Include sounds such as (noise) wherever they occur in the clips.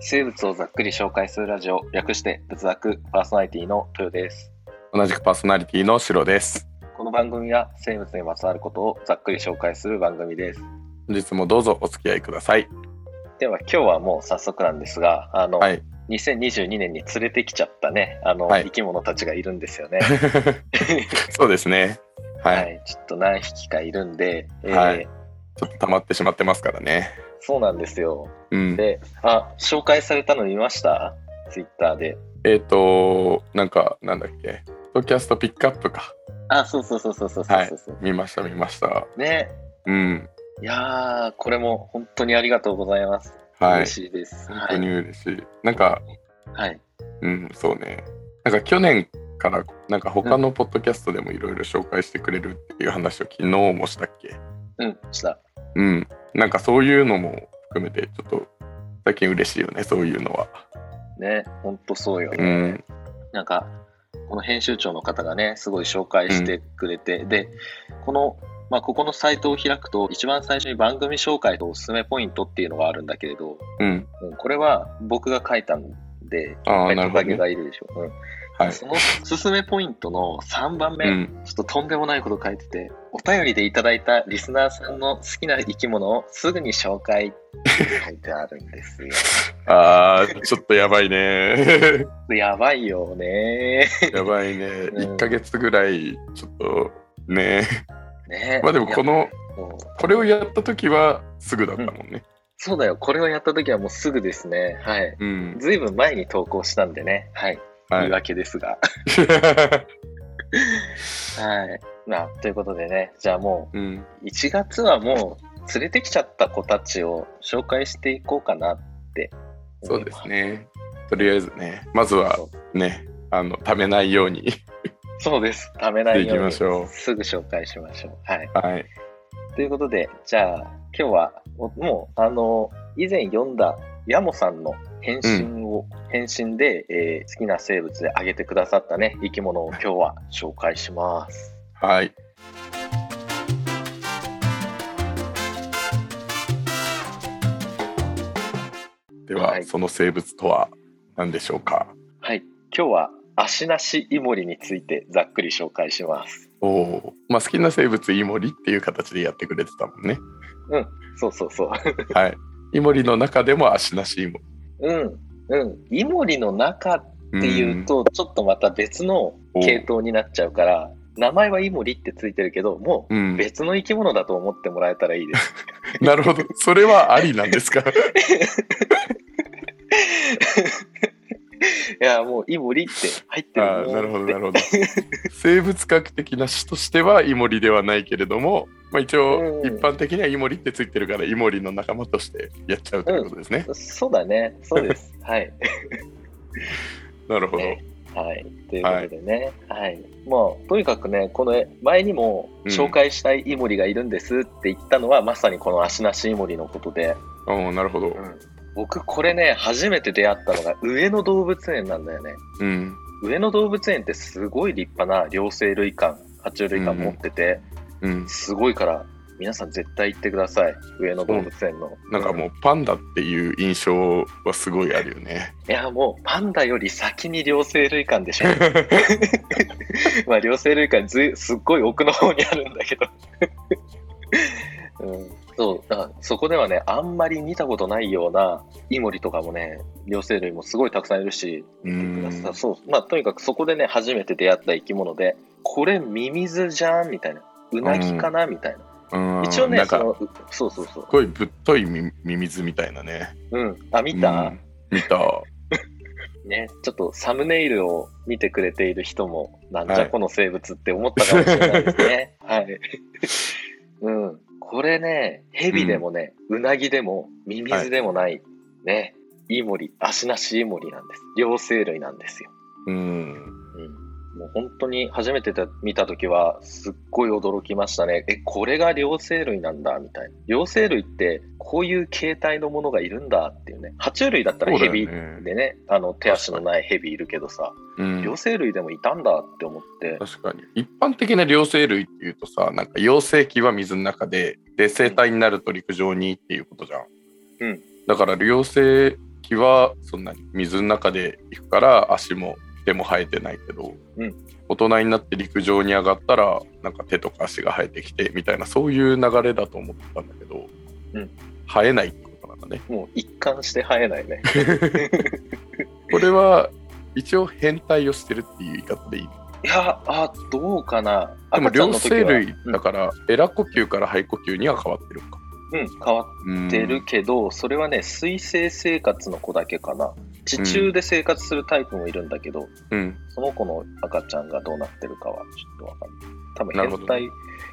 生物をざっくり紹介するラジオ、略して仏学パーソナリティの豊です。同じくパーソナリティのシロです。この番組は生物にまつわることをざっくり紹介する番組です。本日もどうぞお付き合いくだ (laughs) さい。では今日はもう早速なんですが、あの、はい。 2022年に連れてきちゃったね、あの、はい生き物たちがいるんですよね。そうですね。 (laughs) はい。はい、ちょっと何匹かいるんで、えーはいちょっと溜まってしまってますからね。そうなんですよ。うん。で、あ、紹介されたの見ましたツイッターで。えっ、と、なんか、なんだっけ。ポッドキャストピックアップか。あ、そうそうそうそうそうそうそうそう、見ました、見ました。ね。うん。いやー、これも本当にありがとうございます。はい嬉。しいです。本は当にい。嬉しい。なんか、はい。うん、そうね。なんか去年から、なんか他のポッドキャストでもいろいろ紹介してくれるっていう話を昨日もしたっけ。うん、した。うん。なんかそういうのも含めて、ちょっと最近嬉しいよね、そういうのは。ね、本当そうよね。うん。なんか、この編集長の方がね、すごい紹介してくれて、で、この、まあ、ここのサイトを開くと、一番最初に番組紹介とおすすめポイントっていうのがあるんだけれど、うん。うんこれは僕が書いたんで、ああ、なトるほカど、ゲね。がいるでしょ。うんはい。そのすすめポイントの3番目、うん。ちょっととんでもないこと書いてて、お便りでいただいたリスナーさんの好きな生き物をすぐに紹介って書いてあるんですよ。ああ、ちょっとやばいね。やばいよね。やばいね。一うんヶ月ぐらい、ちょっと、ね。ねまあでも、こいの、やもうこれをやった時は、すぐだったもんね。そうだよ、これをやった時はもうすぐですね。はい。うん。ずいぶん前に投稿したんでね。はい。は言いい。訳ですが。はい。まあ、ということでね、じゃあも (laughs) うん。う、1月はもう、連れてきちゃった子たちを紹介していこうかなってそ思ういでます。すね。とりあえずね、まずはそう。ね、あの、ためないように。 (laughs) そうです。ためないように。していきましょうすぐ紹介しましょう。はい。はい。ということで、じゃあ、今日は、おもう、あの、以前読んだヤモさんの返信を、返信で、えー好きな生物で挙げてくださったね、生き物を今日は紹介します。はい。では、はいその生物とは何でしょうかはい。今日は、足なしイモリについてざっくり紹介します。おお、まあ好きな生物イモリっていう形でやってくれてたも (laughs) んね。うん、そうそう (laughs) そう。はい。イモリの中でも足なしイモうん、うん。イモリの中っリ。ていうと、ちょっとまた別の系統になっちゃうから、名前はイモリってついてるけど、もうん、う、うん別の生き物だと思ってもらえたらいいです。なるほど。それはありなんですか。いやもうイモリって入ってあるあー、なるほど、なるるほど。生物学的な種としてはイモリではないけれども、まあ一応うん一般的にはイモリってついてるからイモリの仲間としてやっちゃうということですね。そうだねそうです (laughs) はい、なるほど。ね (laughs) はい、ということでね、はいまあとにかくねこの前にもうん紹介したいイモリがいるんですって言ったのは、まさにこの足なしイモリのことで、おお、なるほど。僕これね初めて出会ったのが上野動物園なんだよねうん。上野動物園ってすごい立派な両生類館爬虫類館持ってて、うん。すごいから皆さん絶対行ってください上野動物園のなんかもうパンダっていう印象はすごいあるよね。いやもうパンダより先に両生類館 (laughs) でしょまあ両生類館ずいすっごい奥の方にあるんだけど、うん、そうだからそこではねあんまり見たことないようなイモリとかもね両生類もすごいたくさんいるしう見てくだんさ。そうまあとにかくそこでね初めて出会った生き物でこれミミズじゃんみたいなうなぎかなみたいな、うん一応ねなんそかのうそうそうそうすごいぶっといミミミズみたいなね。うんあ見た、うん見た。ね、ちょっとサムネイルを見てくれている人も、なんじはゃいこの生物って思ったかもしれないです (laughs) ね。はい。うん。これね、ヘビでもね、うなぎでも、ミミズでもない、ね、イモリ、足なしイモリなんです。両生類なんですよ。うん。うん。もう本当に初めてだ見たときは、すっごい驚きましたね。え、これが両生類なんだ、みたいな。両生類って、こういう形態のものがいるんだっていうね。爬虫類だったらヘビそうだよねでね、あの手足のないヘビいるけどさ、うん両生類でもいたんだって思って、確かに一般的な両生類っていうとさなんか幼生期は水の中でで生体になると陸上にっていうことじゃん、うんだから両生木はそんなに水の中で行くから足も手も生えてないけど、うん大人になって陸上に上がったらなんか手とか足が生えてきてみたいなそういう流れだと思ってたんだけど、うん生えないってことなんだね。もう一貫して生えないね。これは一応変態をしてるっていう言い方でいい (laughs) いや、あ、どうかな。でも赤ちゃん両の時生は類だから、エラ呼吸から肺呼吸には変わってるか。うん、うん変わってるけど、それはね、水生生活の子だけかな。地中で生活するタイプもいるんだけど、うん。うんその子の赤ちゃんがどうなってるかはちょっとわかんない。多なるほ分変ど態、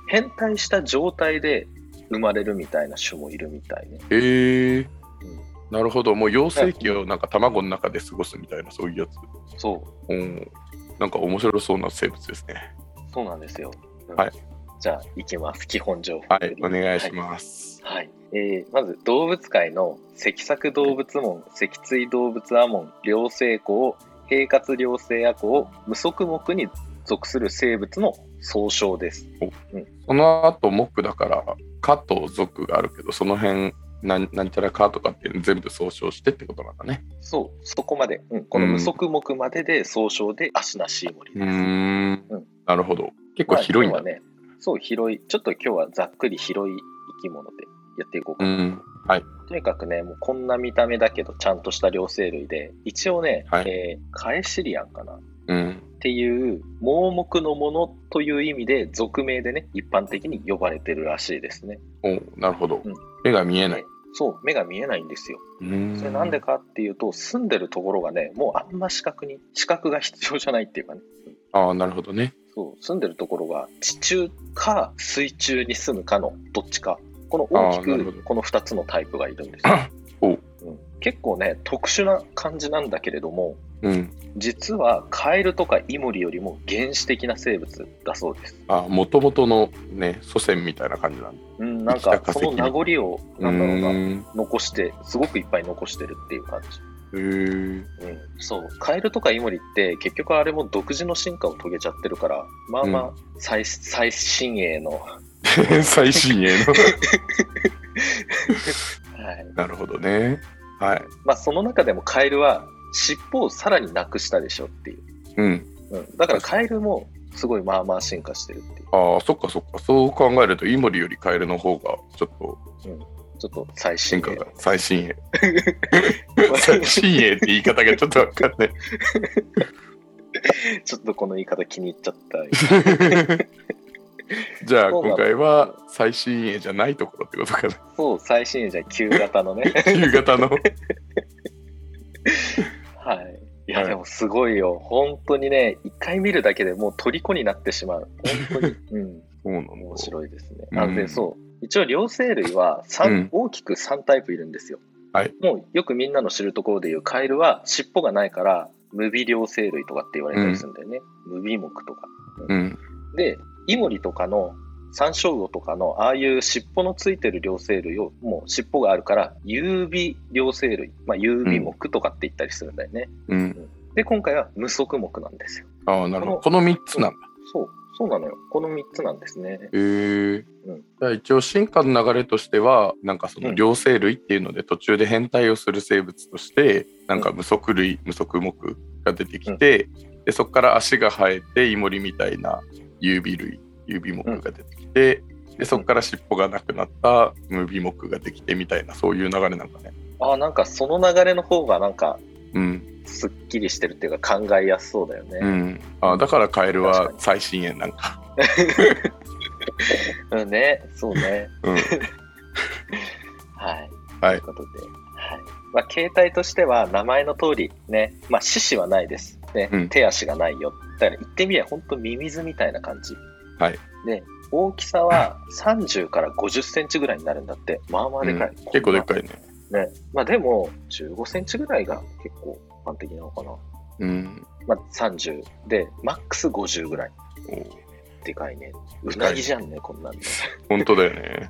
変態した状態で生まれるみたいな種もいるみたいね。へえうんなるほどもう幼生期をなんか卵の中で過ごすみたいなそういうやつそう、うんなんか面白そうな生物ですねそうなんですよ。うんはい。じゃあ、行きます。基本情報。はいお願いします、はい。えーまず、動物界の脊索動物門、脊椎動物亜門、両生孔、平滑両生亜孔、無足目に属する生物の総称です。その後木だから「か」と「属」があるけどその辺なんなんちゃらかとかっていうの全部総称してってことなんだねそう、そこまで。うん、この無足目までで総称で足なしい森うです。ーんうんなるほど結構まあ広いん今だ日はね。そう、広い。ちょっと今日はざっくり広い生き物でやっていこうかうな。んとにかくね、もうこんな見た目だけど、ちゃんとした両生類で、一応ね、はいえーカエシリアンかなっうんていう、盲目のものという意味で、俗名でね、一般的に呼ばれてるらしいですね。おなるほど、うん目が見えないでそう、目が見えないんですよ。うーそれなんでかっていうと、住んでるところがね、もうあんま視覚に、視覚が必要じゃないっていうかね。ああなるほどねそう、住んでるところが地中か水中に住むかのどっちか。この大きあーなるほど。くこの2つのタイプがいるんですよおうん結構ね、特殊な感じなんだけれども、うん実はカエルとかイモリよりも原始的な生物だそうです。あもともとのね祖先みたいな感じなんだうん、なん生かきた化そ石の名残を、なんだろううな、ーん残して、すごくいっぱい残してるっていう感じ。へーうん、そうカエルとかイモリって結局あれも独自の進化を遂げちゃってるからまあまあ最,、最新鋭の、は (laughs) 最新鋭 (laughs) のい、なるほどねはいまあ、その中でもカエルは尻尾をさらになくしたでしょっていう、うんうん、だからカエルもすごいまあまあ進化してるっていうああそっかそっかそう考えるとイモリよりカエルの方がちょっとちょっと最新進化鋭が最新 (laughs) 鋭最新鋭って言い方がちょっとわかんない (laughs) ちょっとこの言い方気に入っちゃったじゃあそうだ今回は最新鋭じゃないところってことかな (laughs) そう最新鋭じゃ旧型の (laughs) ね夕方のはいいはやいでもすごいよ本当にね一回見るだけでもう虜になってしまう本当 (laughs) にうんそうなの面白いですね。うんあでそう一応両生類は三、うん大きく3タイプいるんですよ。はいもうよくみんなの知るところでいうカエルは尻尾がないから無尾両生類とかって言われたりするんだよね。無尾目とか。うんでイモリとかのサンショウウオとかのああいう尻尾のついてる両生類をもう尻尾があるから有尾両生類、まあ、有尾目とかって言ったりするんだよね。うんで今回は無足目なんですよ。ああなるほどこの3つなんだそうそうなのよ。この3つなんですね。へえうんじゃあ一応進化の流れとしてはなんかそのうん両生類っていうので途中で変態をする生物としてなんか無足類無足目が出てきて、でそこから足が生えてイモリみたいな有尾類有尾目が出てきて、でそこから尻尾がなくなった無尾目ができてみたいなそういう流れなんかね。ああなんかその流れの方がなんかうんすっきりしてるっていうか考えやすそうだようね。ん、あだからカエル確はかに最新鋭なんか。うん、ね、そうね。 (laughs) うん、はい。はいということで、はい。まあ、形態としては名前の通りね、まあ、四肢はないです。ね、うん手足がないよ。だから言ってみれば本当ミミズみたいな感じ。はい。で、大きさは30から50センチぐらいになるんだって、まあまあでかい。うん結構でっい。かいね。ね。まあでも、15センチぐらいが結構一般的なのかな。うん、まあ30で、マックス50ぐらい。おーでかいね。でうかいなぎじゃんね、こんなんで。本当だよね。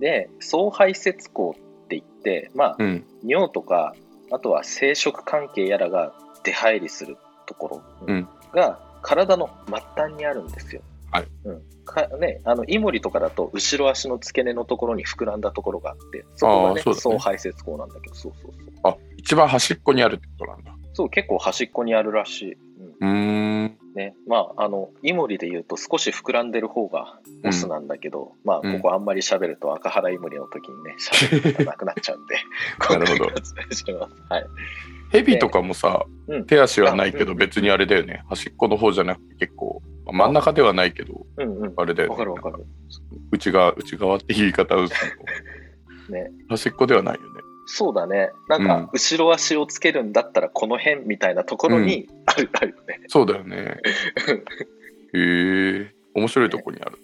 で、総排泄口って言って、まあ、うん、尿とか、あとは生殖関係やらが出入りするところうんが、体の末端にあるんですよ。はいうん、か、ね、あのイモリとかだと後ろ足の付け根のところに膨らんだところがあってそこがねあーそうだね総排泄口なんだけどそうそうそうあ一番端っこにあるってことなんだそう結構端っこにあるらしい、うんうーんねまああのイモリで言うと少し膨らんでる方がオスなんだけど、まあうんここあんまり喋ると赤原イモリの時にね喋ることがなくなっちゃうんで (laughs) なるほど今回お伝えしますはいヘビとかもさ、うん手足はないけあうどん別にあれだよね端っこの方じゃなくて結構まあ真ん中ではないけどうんうんあれだよねわかるわかる内側内側って言い方をする (laughs) とね端っこではないよねそうだねなんうかん後ろ足をつけるんだったらこの辺みたいなところにある,、あるよねそうだ (laughs) よねへえ面白いとこにある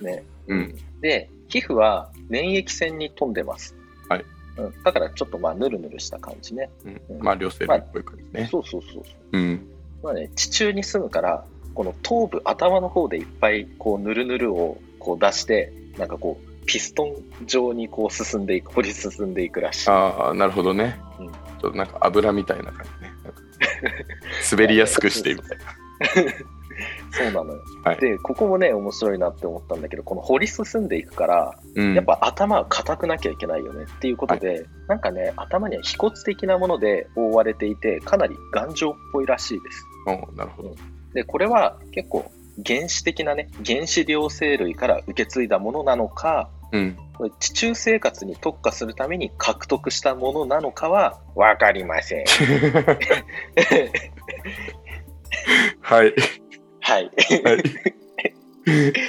ねね、うんで皮膚は粘液腺に飛んでます、はいうん、だからちょっとまあぬるぬるした感じねうんまあ両生類っぽい感じね、そうそうそうそううんまあね、地中に住むからこの頭部頭の方でいっぱいこうぬるぬるをこう出してなんかこうピストン状にこう進んでいく掘り進んでいくらしいああなるほどね、うんちょっとなんか油みたいな感じねなんか滑りやすくしてみたいなそうなのよ、はいでここもね面白いなって思ったんだけどこの掘り進んでいくから、うん (laughs) やっぱ頭は硬くなきゃいけないよねっていうことで、なんかね頭には皮骨的なもので覆われていてかなり頑丈っぽいらしいですうんなるほどでこれは結構原始的なね原始両生類から受け継いだものなのかうん地中生活に特化するために獲得したものなのかは分かりません。 (laughs) はい (laughs) はい。はい。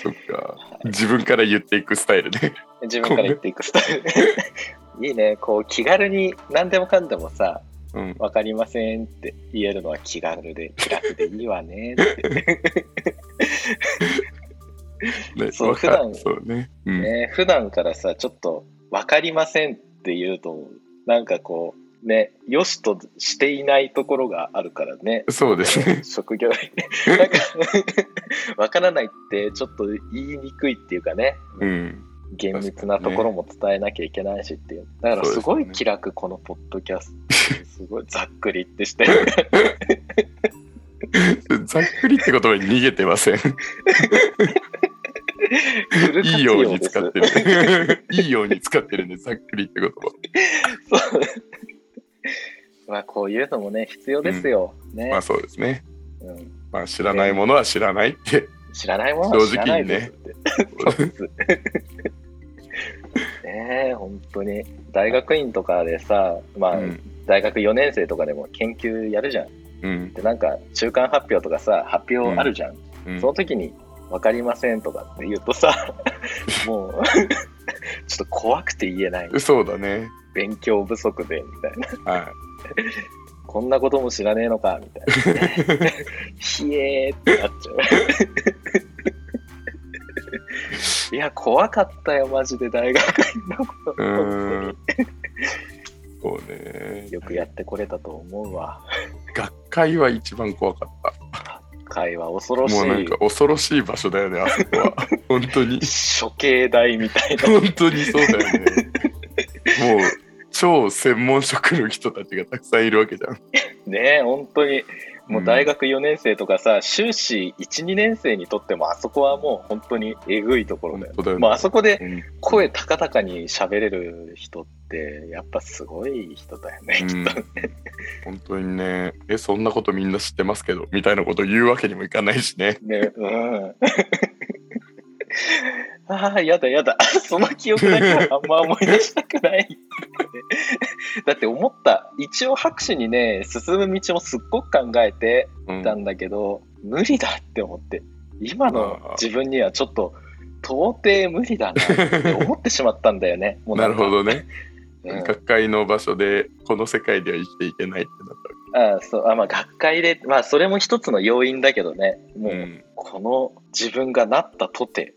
そっか。自分から言っていくスタイルね。自分から言っていく (laughs) スタイル。いいね。こう気軽に何でもかんでもさ、うん。分かりませんって言えるのは気軽で気楽でいいわねってねそうわか普段そうね。うん。 (laughs) ね。普段からさ、ちょっと分かりませんって言うと、なんかこう、ね、よしとしていないところがあるからね。そうですね。職 (laughs) 業なんかわからないってちょっと言いにくいっていうかね、うん。厳密なところも伝えなきゃいけないしっていうだからすごい気楽このポッドキャストすごいざっくりってしてざっくりって言葉に逃げてま (laughs) せん。フルい活いよう用にです使ってる。 (laughs) いいように使ってるね。ざっくりって言葉。そう (laughs) まあこういうのもね必要ですよ、ね、まあそうですね。うん、まあ知らないものは知らないって。知らないものは知らないですってそうですねえ本当に大学院とかでさまうあ、ん。大学4年生とかでも研究やるじゃんうん。でなんか中間発表とかさ発表あるじゃん、うんその時に「分かりません」とかって言うと (laughs) さもう (laughs) ちょっと怖くて言えないそうだね。勉強不足でみたいなはこんなことも知らねえのかみたいな (laughs) ねひえーってなっちゃう (laughs) いや怖かったよマジで大学院のこい。うとーん。そうね。よくやってこれたと思うわ学会は一番怖かった。会話恐ろしもうなんいか恐ろしい場所だよね、あそこは。 (laughs) 本当に。処刑台みたいな本当にそうだよ (laughs) ね。もう超専門職の人たちがたくさんいるわけじゃん。ねえ本当にもううん大学4年生とかさ、修士12年生にとってもあそこはもう本当にえぐいところ本だよ、当だよね。まああそこでうん声高々に喋れる人ってやっぱすごい人だよね、うんきっと本当にね、え、そんなことみんな知ってますけど、みたいなこと言うわけにもいかないしね。ねうん (laughs) ああやだやだ (laughs) その記憶だけはあんま思い出したくない (laughs) だって思った一応博士にね進む道もすっごく考えてうんったんだけど、無理だって思って今の自分にはちょっと到底無理だなって思ってしまったんだよ (laughs) ねもうなんるかほどね。うん学会の場所で、この世界では生きていけないってなっあそうあまあ学会でまあそれも一つの要因だけどねもたわう、け。うんこの自分がなったとて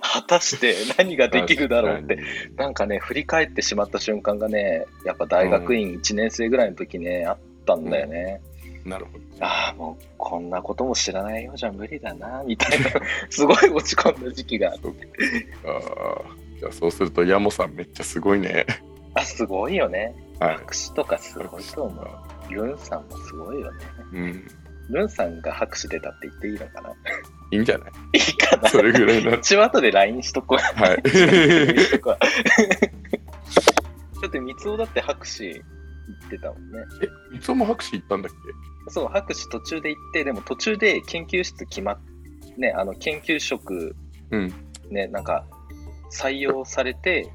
果たして何が (laughs) できるだろうっ。て確かになんかね振り返ってしまった瞬間がねやっぱ大学院1年生ぐらいの時ね、あったんだよね、なるほど。ああもうこんなことも知らないようじゃ無理だなみたいなすごい落ち込んだ時期があーじゃあそうすると、ヤモさんめっちゃすごいね。 (laughs) あすごいよねはい。博士とかすごいと思うルンさんもすごいよねうん。ルンさんが博士出たって言っていいのかないいんじゃない (laughs) いいかな。それぐらいの。ちわとで LINE しと (laughs) こう。はい (laughs) LINE しとこうだって、三つだって博士行ってたもんね。え、いつも博士行ったんだっそう、博士途中で行って、でも途中で研究室決まっね、あの、研究職、けうん。ね、なんか、採用されて、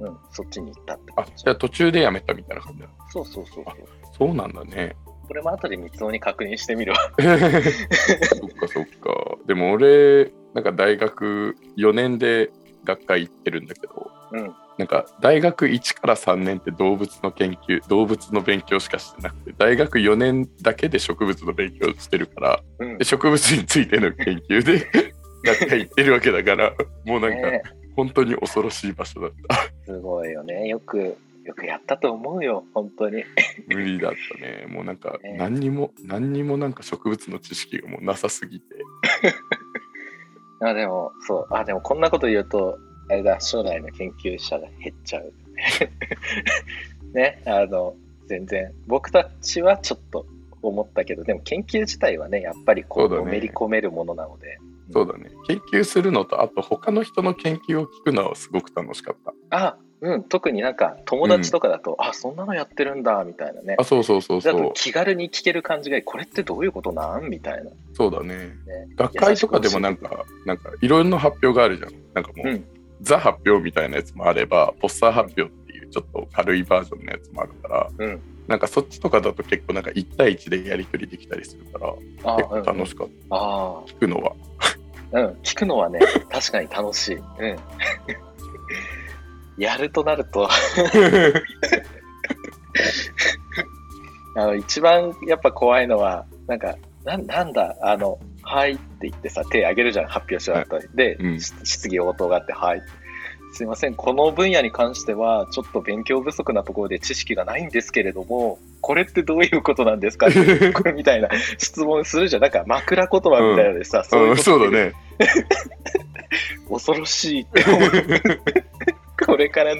うん、そっちに行ったってあ感、じじゃ。あ途中でやめたみたいな感じだ。そうそうそうそう。そうなんだね。 (laughs) これも後で三つに確認してみるわ。そっかそっか。でも俺、なんか大学4年で学会行ってるんだけど、うん。なんか大学1から3年って動物の研究、動物の勉強しかしてなくて、大学4年だけで植物の勉強してるから、うんで。植物についての研 (laughs) 究で学会行ってるわけだから、もうなんかね本当に恐ろしい場所だった。すごいよね。よく、よくやったと思うよ、本当に。無理だったね。もうなんかね何にも、何にもなんか植物の知識がもうなさすぎて。あでも、そう、あ、でもこんなこと言うと、あれだ、将来の研究者が減っちゃう。 (laughs) ね、あの、全然、僕たちはちょっと思ったけど、でも研究自体はね、やっぱりこう、そうだねのめり込めるものなので、そうだね。研究するのと、あと他の人の研究を聞くのはすごく楽しかった。あ、うん、特になんか友達とかだと、あ、そんなのやってるんだ、みたいなねあ、。そうそうそうそだとう。気軽に聞ける感じがいい、これってどういうことなんみたいな。そうだね。ね学会とかでもなんか、なんかいろいろな発表があるじゃん。なんかもう、うんザ発表みたいなやつもあれば、ポスター発表っていうちょっと軽いバージョンのやつもあるから、うんなんかそっちとかだと結構なんか1対1でやり取りできたりするから、あ結構うん楽しかった。あ聞くのは。うん、聞くのはね、確かに楽しい。うん。 (laughs) やるとなると、 (laughs) あの、一番やっぱ怖いのは、なんか、ななんだ、あの、はいって言ってさ、手挙げるじゃん、発表しだったり。で、うんし質疑応答があって、はい。すいません、この分野に関しては、ちょっと勉強不足なところで知識がないんですけれども、これってどういうことなん (laughs) ですかこれみたいな質問するじゃん。なんか枕言葉みたいなのでさ、 (laughs) そういううんことそうだね。恐ろしいって (laughs) 思うこれから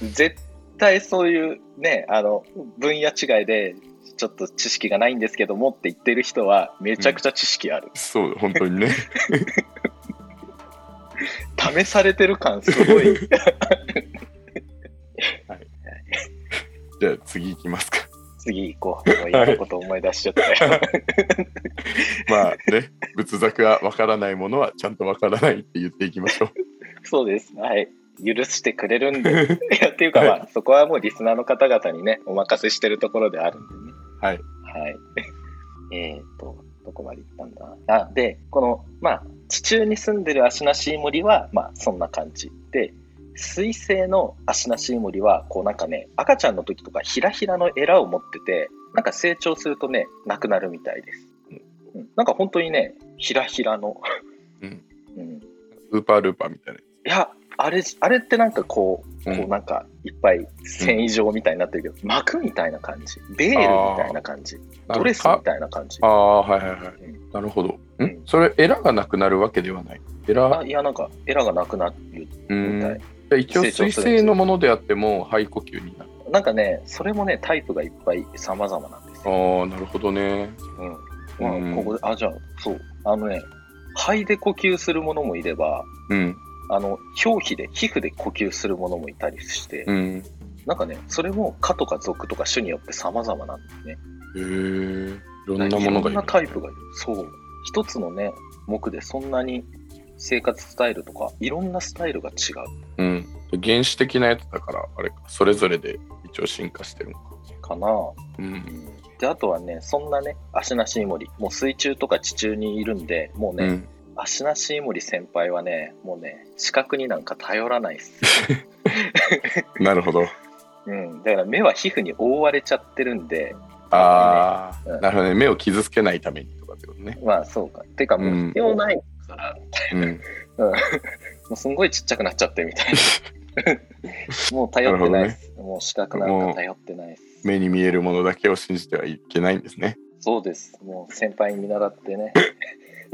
絶対そういうねあの分野違いでちょっと知識がないんですけどもって言ってる人はめちゃくちゃ知識ある、そう、本当にね。 (laughs) 試されてる感すごいじゃあ次行きますか。 (laughs) 次行こうもう今のこと思い出しちゃ (laughs) ったよ、まあね、仏作はわからないものはちゃんとわからないって言っていきま (laughs) しょう。そうですはい許してくれるんでいやっていうかまあそこはもうリスナーの方々にねお任せしてるところであるんでねはい。はい。 (laughs) えっと、どこまで行ったんだあ、で、この、まあ、地中に住んでる足なしイモリは、まあ、そんな感じ。で、水星の足なしイモリは、こうなんかね、赤ちゃんの時とかひらひらのエラを持ってて、なんか成長するとね、なくなるみたいです。うん、なんか本当にね、ひらひらの。うん。うん。いウーパールーパーみたいな。や、あれ、あれってなんかこう、うんこうなんかいっぱい繊維状みたいになってるけど、膜みたいな感じ。ベールみたいな感じ。なんかドレスみたいな感じ。ああ、はいはいはい。うなるほど。うんんそれ、エラがなくなるわけではない。エあラ、いや、なんか、エラがなくなるうみたんい。。で一応、成長する水んですよ星のものであっても、肺呼吸になる。なんかね、それもね、タイプがいっぱい様々なんですよ。ああ、なるほどね。うん。まあ、うんここで、あ、じゃあ、そう。あのね、肺で呼吸するものもいれば、うん。あの、表皮で、皮膚で呼吸するものもいたりして、うん。なんかね、それも科とか属とか種によって様々なんですね。へえ。いろいんなものがいるろんなタイプがいる。そう。一つのね、木でそんなに生活スタイルとか、いろんなスタイルが違う。うん。原始的なやつだから、あれか、それぞれで一応進化してるのか。かなぁ。うん。であとはねそんなね足なしイモリもう水中とか地中にいるんでもううね、ん。足なしイモリ先輩はねもうね視覚になんか頼らないっす、なるほど。うん、だから目は皮膚に覆われちゃってるんでああ、うんなるほどね。目を傷つけないためにとかってことね。まあそうかてかもう必要ないから、うん。もうすんごいちっちゃくなっちゃってみたいなもう頼ってないっす、もう視覚なんか頼ってないっす目に見えるものだけを信じてはいけないんですね。そうですもう先輩に見習ってね (laughs)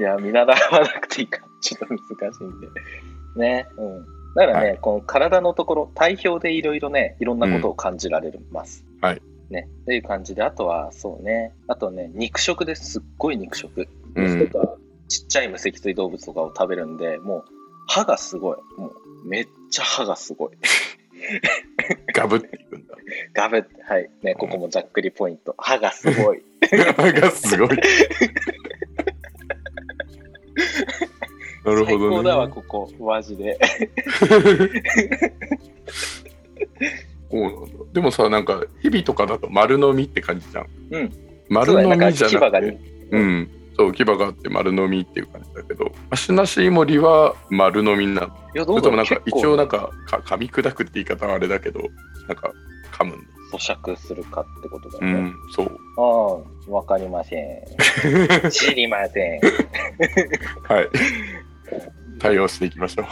いや見習わなくていいかちょっと難しいんでねうんだからね、この体のところ体表でいろいろねいろんなことを感じられます、はいね、という感じで、あとは、そうね、あとね、肉食です。すっごい肉食。うんとかちっちゃい無脊椎動物とかを食べるんで、もう、歯がすごい。もう、めっちゃ歯がすごい。 (laughs) ガブっていくんだ。ガブって、はい。ね、ここもざっくりポイント。歯がすごい。がす (laughs) ごい。なるほ最ど高だわ、ね。ここ。マジ (laughs) で。そうなんだでもさ、なんか、蛇とかだと丸のみって感じじゃん。うん。丸のみじそうだねなんかゃ牙ながくねて。うん。そう、牙があって丸のみっていう感じだけど、足なしイモリは丸のみなの。いや、そどうだれろともうなんか、結構一応なんか、か噛み砕くって言い方はあれだけど、なんか、噛むんだ。咀嚼するかってことだうね。ん、そう。うん、わかりません。 (laughs) 知りません。 (laughs) はい。対応していきましょう。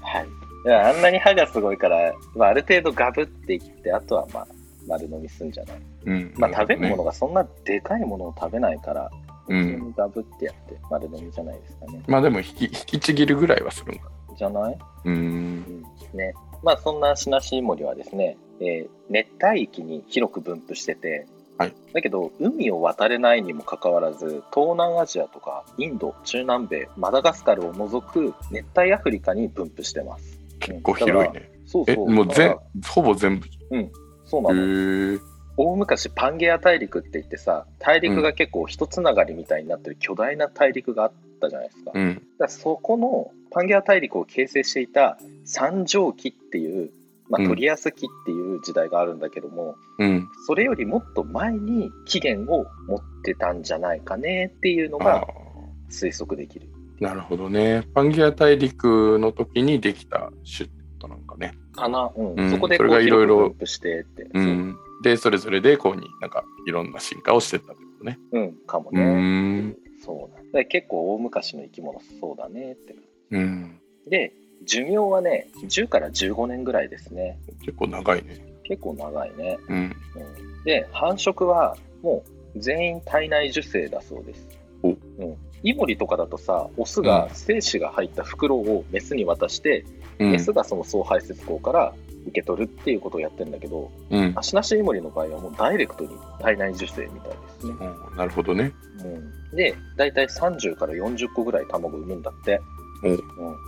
はい。いやあんなに歯がすごいから、まあ、ある程度ガブっていって、あとはまあ、丸飲みすんじゃない。うん。まあ、食べるもの。のがそんなでかいものを食べないから、う普ん通にガブってやって丸飲みじゃないですかね。まあでも引き、引きちぎるぐらいはするのか。。じゃないううんん。ね。まあ、そんなシナシイモリはですね、えー熱帯域に広く分布してて、はいだけど海を渡れないにもかかわらず東南アジアとかインド中南米マダガスカルを除く熱帯アフリカに分布してます結構広いね。そうえ、そうもうだから全、ほぼ全部。そうなの、へえ。大昔パンゲア大陸って言ってさ大陸が結構一つながりみたいになってる巨大な大陸があったじゃないですか,、だかうん。らそこのパンゲア大陸を形成していた三畳紀っていう、まうあ、んトリアス紀っていう時代があるんだけども、うん。それよりもっと前に起源を持ってたんじゃないかねっていうのああが。推測できるなるほどね。パンギア大陸の時にできた種ってことなんかね。かな、うんうんそこでこそれうがいろ広いくろ分布してって、うん。で、それぞれでこうになんかいろんな進化をしてったってことね。そううんかもうね、ん。そうなんだから結構大昔の生き物そうだねってうん。で寿命はね10から15年ぐらいですね結構長いね。結構長いね、うん。うん、で繁殖はもう全員体内受精だそうですおうん、イモリとかだとさオスが精子が入った袋をメスに渡して、うんメスがその総排泄口から受け取るっていうことをやってるんだけどうん。足なしイモリの場合はもうダイレクトに体内受精みたいですね、うんなるほどね。うん、で大体30から40個ぐらい卵産むんだって、おうん、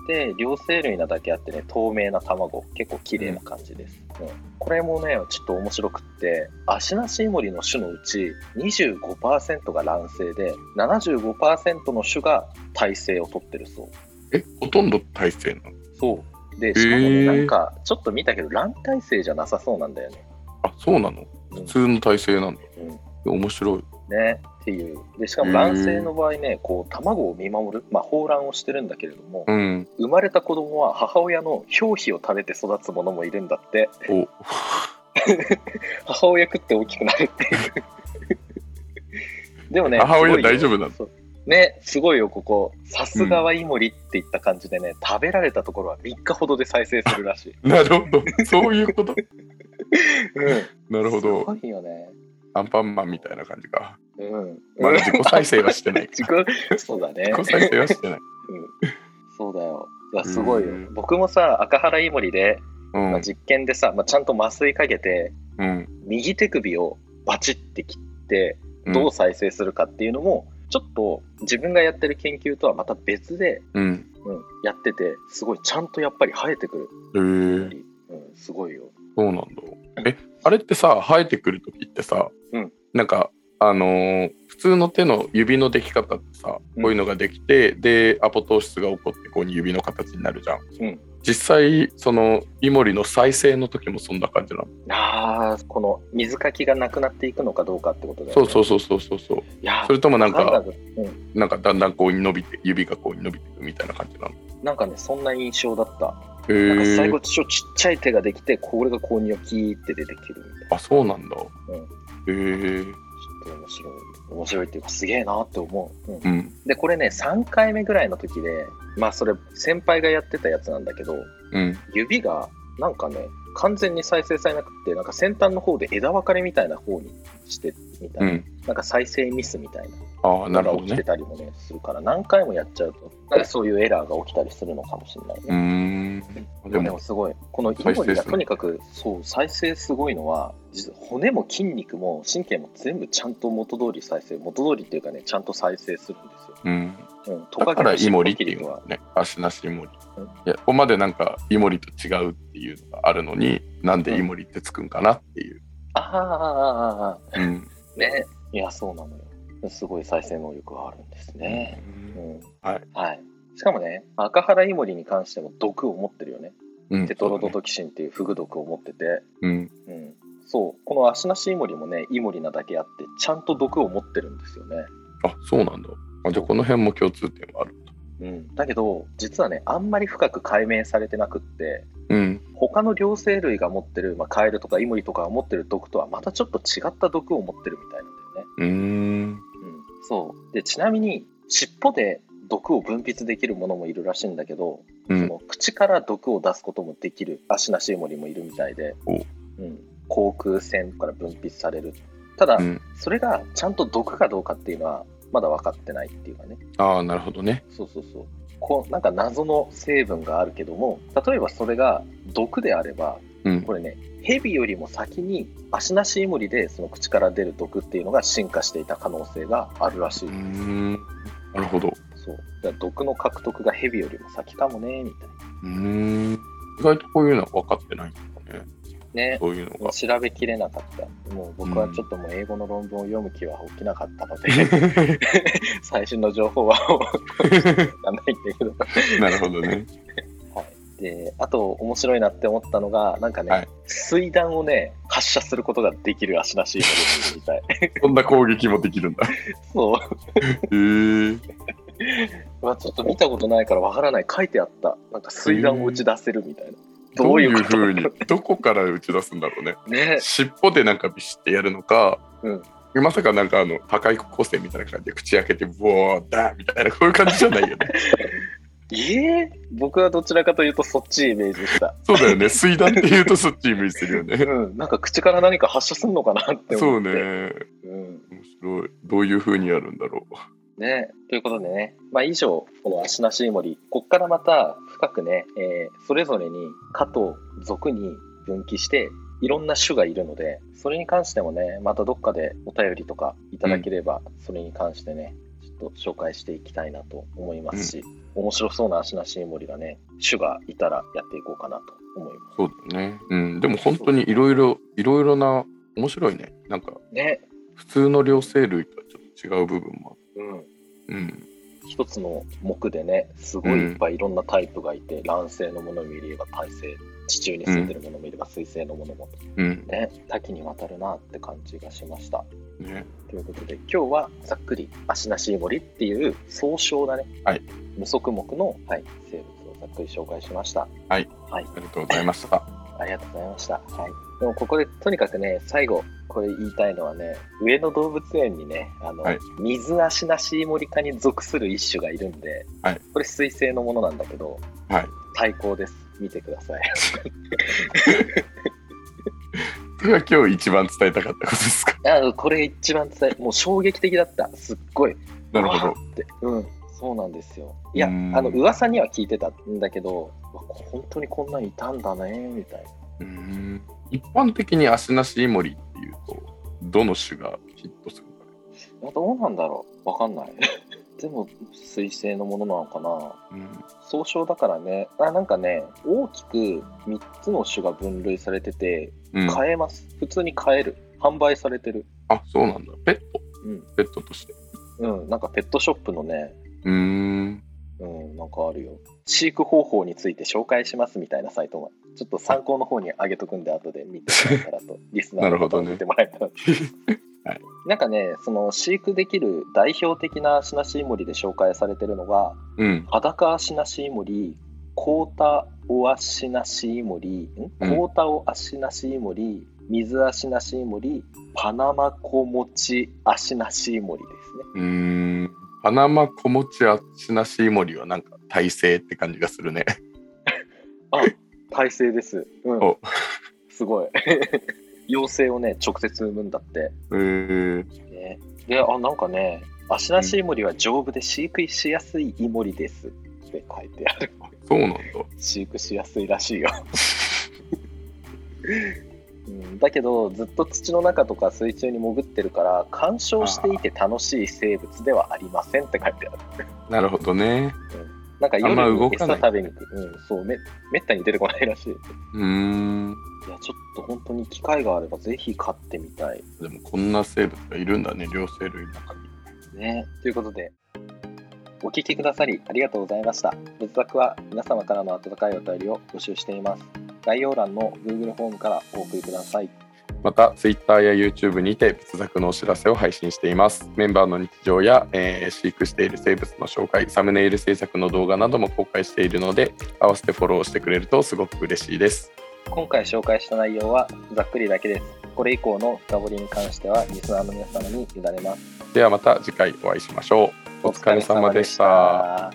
で両生類なだけあってね透明な卵結構綺麗な感じです、うんこれもねちょっと面白くってアシナシイモリの種のうち25%が卵性で75%の種が胎生を取ってるそうえ、ほとんど体制なのそうでしかもねへーなんかちょっと見たけど卵胎生じゃなさそうなんだよね、あ、そうなのう普ん通の体制なんだ。うん面白い。ね、っていうでしかも卵性の場合ねこう卵を見守る、まあ、放卵をしてるんだけれどもうん。生まれた子供は母親の表皮を食べて育つものもいるんだってお、母親食って大きくなるっていう (laughs) でもね母す親ごいよ大丈夫なのそうねすごいよここさすがはイモリっていった感じでね、食べられたところは3日ほどで再生するらし (laughs) いなるほど。そういうこと。ななるほすごど。いよねアンパンマンみたいな感じか。うん。まあ、自己再生はしてない (laughs) 自己そうだね自己再生はしてなうい。んそうだよ。いや、すごいようん。僕もさ、赤原イモリで、うんまあ、。実験でさ、まあ、ちゃんと麻酔かけて、うん。右手首をバチって切って、うんどう再生するかっていうのも、ちょっと自分がやってる研究とはまた別で、うん。うん、やってて、すごい、ちゃんとやっぱり生えてくる。えー、うん、すごいよ。そうなんだ。え、あれってさ、生えてくる時ってさ、うんなんか、あのー普通の手の指のでき方ってさ、こういうのができて、で、アポトーシスが起こって、こうに指の形になるじゃん。うん実際、その、イモリの再生の時もそんな感じなの。あーこの水かきがなくなっていくのかどうかってことだよね。そうそうそそうそうそうそう。う。いやそれともなんわかかん、なくうん、なんかだんだんこう伸びて、指がこう伸びていくみたいな感じなの。なんかね、そんな印象だった。へなんかー最後ちょちっちゃい手ができてこれがこうにょきーって出てくるみたいなあ、そうなんだ。へちょっえと面白い面白いっていうかすげえなって思う、うんうん。でこれね3回目ぐらいの時でまあそれ先輩がやってたやつなんだけどうん。指がなんかね完全に再生されなくてなんか先端の方で枝分かれみたいな方にしてみたういん。なんか再生ミスみたいなああ、なるのがほど起きてね。たりもねするから何回もやっちゃうとなんかそういうエラーが起きたりするのかもしれないうーね。ん。ででもも、すごいこのイ再生モリが数とにかくそう再生すごいのは実は骨も筋肉も神経も全部ちゃんと元通り再生元通りっていうかねちゃんと再生するんですよ。うん。うん、トだカかゲら、のイ尻モ尾リって切いりうのははね、足なしイモリ。いや、ここまでなんか、イモリと違うっていうのがあるのに、なんでイモリってつくんかなっていう。あああああうん。あねいやそうなのよすごい再生能力があるんですね。うんはい、はい、しかもね赤原イモリに関しても毒を持ってるよね。うんテトロドトキシンっていうフグ毒を持ってて、うん。うん、そうこの足なしイモリもねイモリなだけあってちゃんと毒を持ってるんですよね、あ、そうなんだ。あじゃあ、この辺も共通点はある。うん、だけど実はねあんまり深く解明されてなくってうん。他の両生類が持ってる、まあ、カエルとかイモリとかが持ってる毒とはまたちょっと違った毒を持ってるみたいなんだよね、うーん。うん、そうでちなみに尻尾で毒を分泌できるものもいるらしいんだけどうそん。の口から毒を出すこともできる足なしイモリもいるみたいでお、うん、航空船から分泌されるただ、うんそれがちゃんと毒かどうかっていうのはまだ分かってないっていうかねああ、なるほどね。そうそうそうこうなんか謎の成分があるけども例えばそれが毒であればうん。これねヘビよりも先に足なしイモリでその口から出る毒っていうのが進化していた可能性があるらしい、うーん。なるほど。そうだから毒の獲得がヘビよりも先かもねみたいうーん。意外とこういうのは分かってないんだね。なねそういうのが。調べきれなかった。もう僕はちょっともう英語の論文を読む気は起きなかったので、 (laughs) 最新の情報はもう知らないんだけど。 (laughs) なるほどね。で、あと面白いなって思ったのが、なんかね、はい水弾をね、発射することができる足らしいものみたい。 (laughs) そんな攻撃もできるんだ。へそう。えー。まあ、ちょっと見たことないからわからない。書いてあった。なんか水弾を打ち出せるみたいな。どどうういいううことふうに、どこから打ち出すんだろうね。ね。 (laughs) 尻尾でなんかビシッてやるのか、うんまさかなんかあの、破壊光線みたいな感じで口開けて、ブワーダーみたいな、こういう感じじゃないよ (laughs) ね。えー僕はどちらかというとそっちイメージした。そうだよね。水弾って言うとそっちに向いてるよね。うん。なんか口から何か発射するのかなってそ思うって。ね。うん。面白い。どういうふうにやるんだろね、ということでね、まあ、以上、この足なしイモリ、こっからまた深くね、えーそれぞれに科と属に分岐して、いろんな種がいるので、それに関してもね、またどっかでお便りとかいただければ、それに関してね、ちょっと紹介していきたいなと思いますし、面白そうな足なしイモリがね、種がいたらやっていこうかなと思いまう。そうだね。うん。でも本当にいろいろ、いろいろな、面白いね。なんか、す。ね、普通の両生類とはちょっと違う部分もあうん。る。うん。一つの木でねすごいいっぱいいろんなタイプがいて、卵生のものもいれば胎生地中に住んでるものもいれば水生のものもうん。ね多岐にわたるなって感じがしましたね。ということで今日はざっくり足なしイモリっていう総称だね、はい、無足目の、はい、生物をざっくり紹介しましたありがとうございました。ありがとうございました、はい、でもここでとにかくね最後これ言いたいのはね上野動物園にねあの、はい水足なしイモリ科に属する一種がいるんで、はいこれ水生のものなんだけどはい。対抗です見てくださいそれが今日一番伝えたかったことですか。あこれ一番伝えもう衝撃的だったすっごい (laughs) なるほわど。ーってうんそうなんですよいやあうんの噂には聞いてたんだけどうわ本当にこんなんいたんだねみたいなうん一般的に足なしイモリっていうと、どの種がヒットするかいやどうなんだろうわかんない (laughs) でも水星のものなのかなね。総称だからねあなんかね大きく3つの種が分類されててうん。うん、買えます、普通に買える販売されてるあ、そうなんだ。ペット。うんペットとして。うんなんかペットショップのねうーん。うんなんかあるよ飼育方法について紹介しますみたいなサイトもちょっと参考の方に上げとくんで後で見てもらえたら (laughs) とリスナーの方も見てもらえたらとはいなんかねその飼育できる代表的なシナシイモリで紹介されてるのがうん。アダカアシナシイモリ、コータオアシナシイモリ、んうんコータオアシナシイモリ、水アシナシイモリ、パナマコモチアシナシイモリでうーん。パナマ小持ち足なしイモリはなんか耐性って感じがするね。すね。体勢です。うんお。 (laughs) すごい。妖精をね、直接産むんだって。えー、ね、で、あ、なんかね、足なしイモリは丈夫で飼育しやすいイモリですって書いてある。そうなんだ。飼育しやすいらしいよ。うんだけど、ずっと土の中とか水中に潜ってるから、鑑賞していて楽しい生物ではありませんって書いてある。なるほどね。なんかあんま夜動にか餌ない食べに行く。うん、そう、め、めったに出てこないらしい。うーん。いや、ちょっと本当に機会があればぜひ飼ってみたい。でもこんな生物がいるんだね、両生類の中に。ね。ということで、お聞きくださりありがとうございました。仏作は皆様からの温かいお便りを募集しています。概要欄の Google フォームからお送りください。また Twitter や YouTube にて仏作のお知らせを配信していますメンバーの日常や、えー飼育している生物の紹介サムネイル制作の動画なども公開しているので合わせてフォローしてくれるとすごく嬉しいです今回紹介した内容はざっくりだけです。これ以降の深掘りに関してはリスナーの皆様に委ねます。ではまた次回お会いしましょうお疲れ様でした。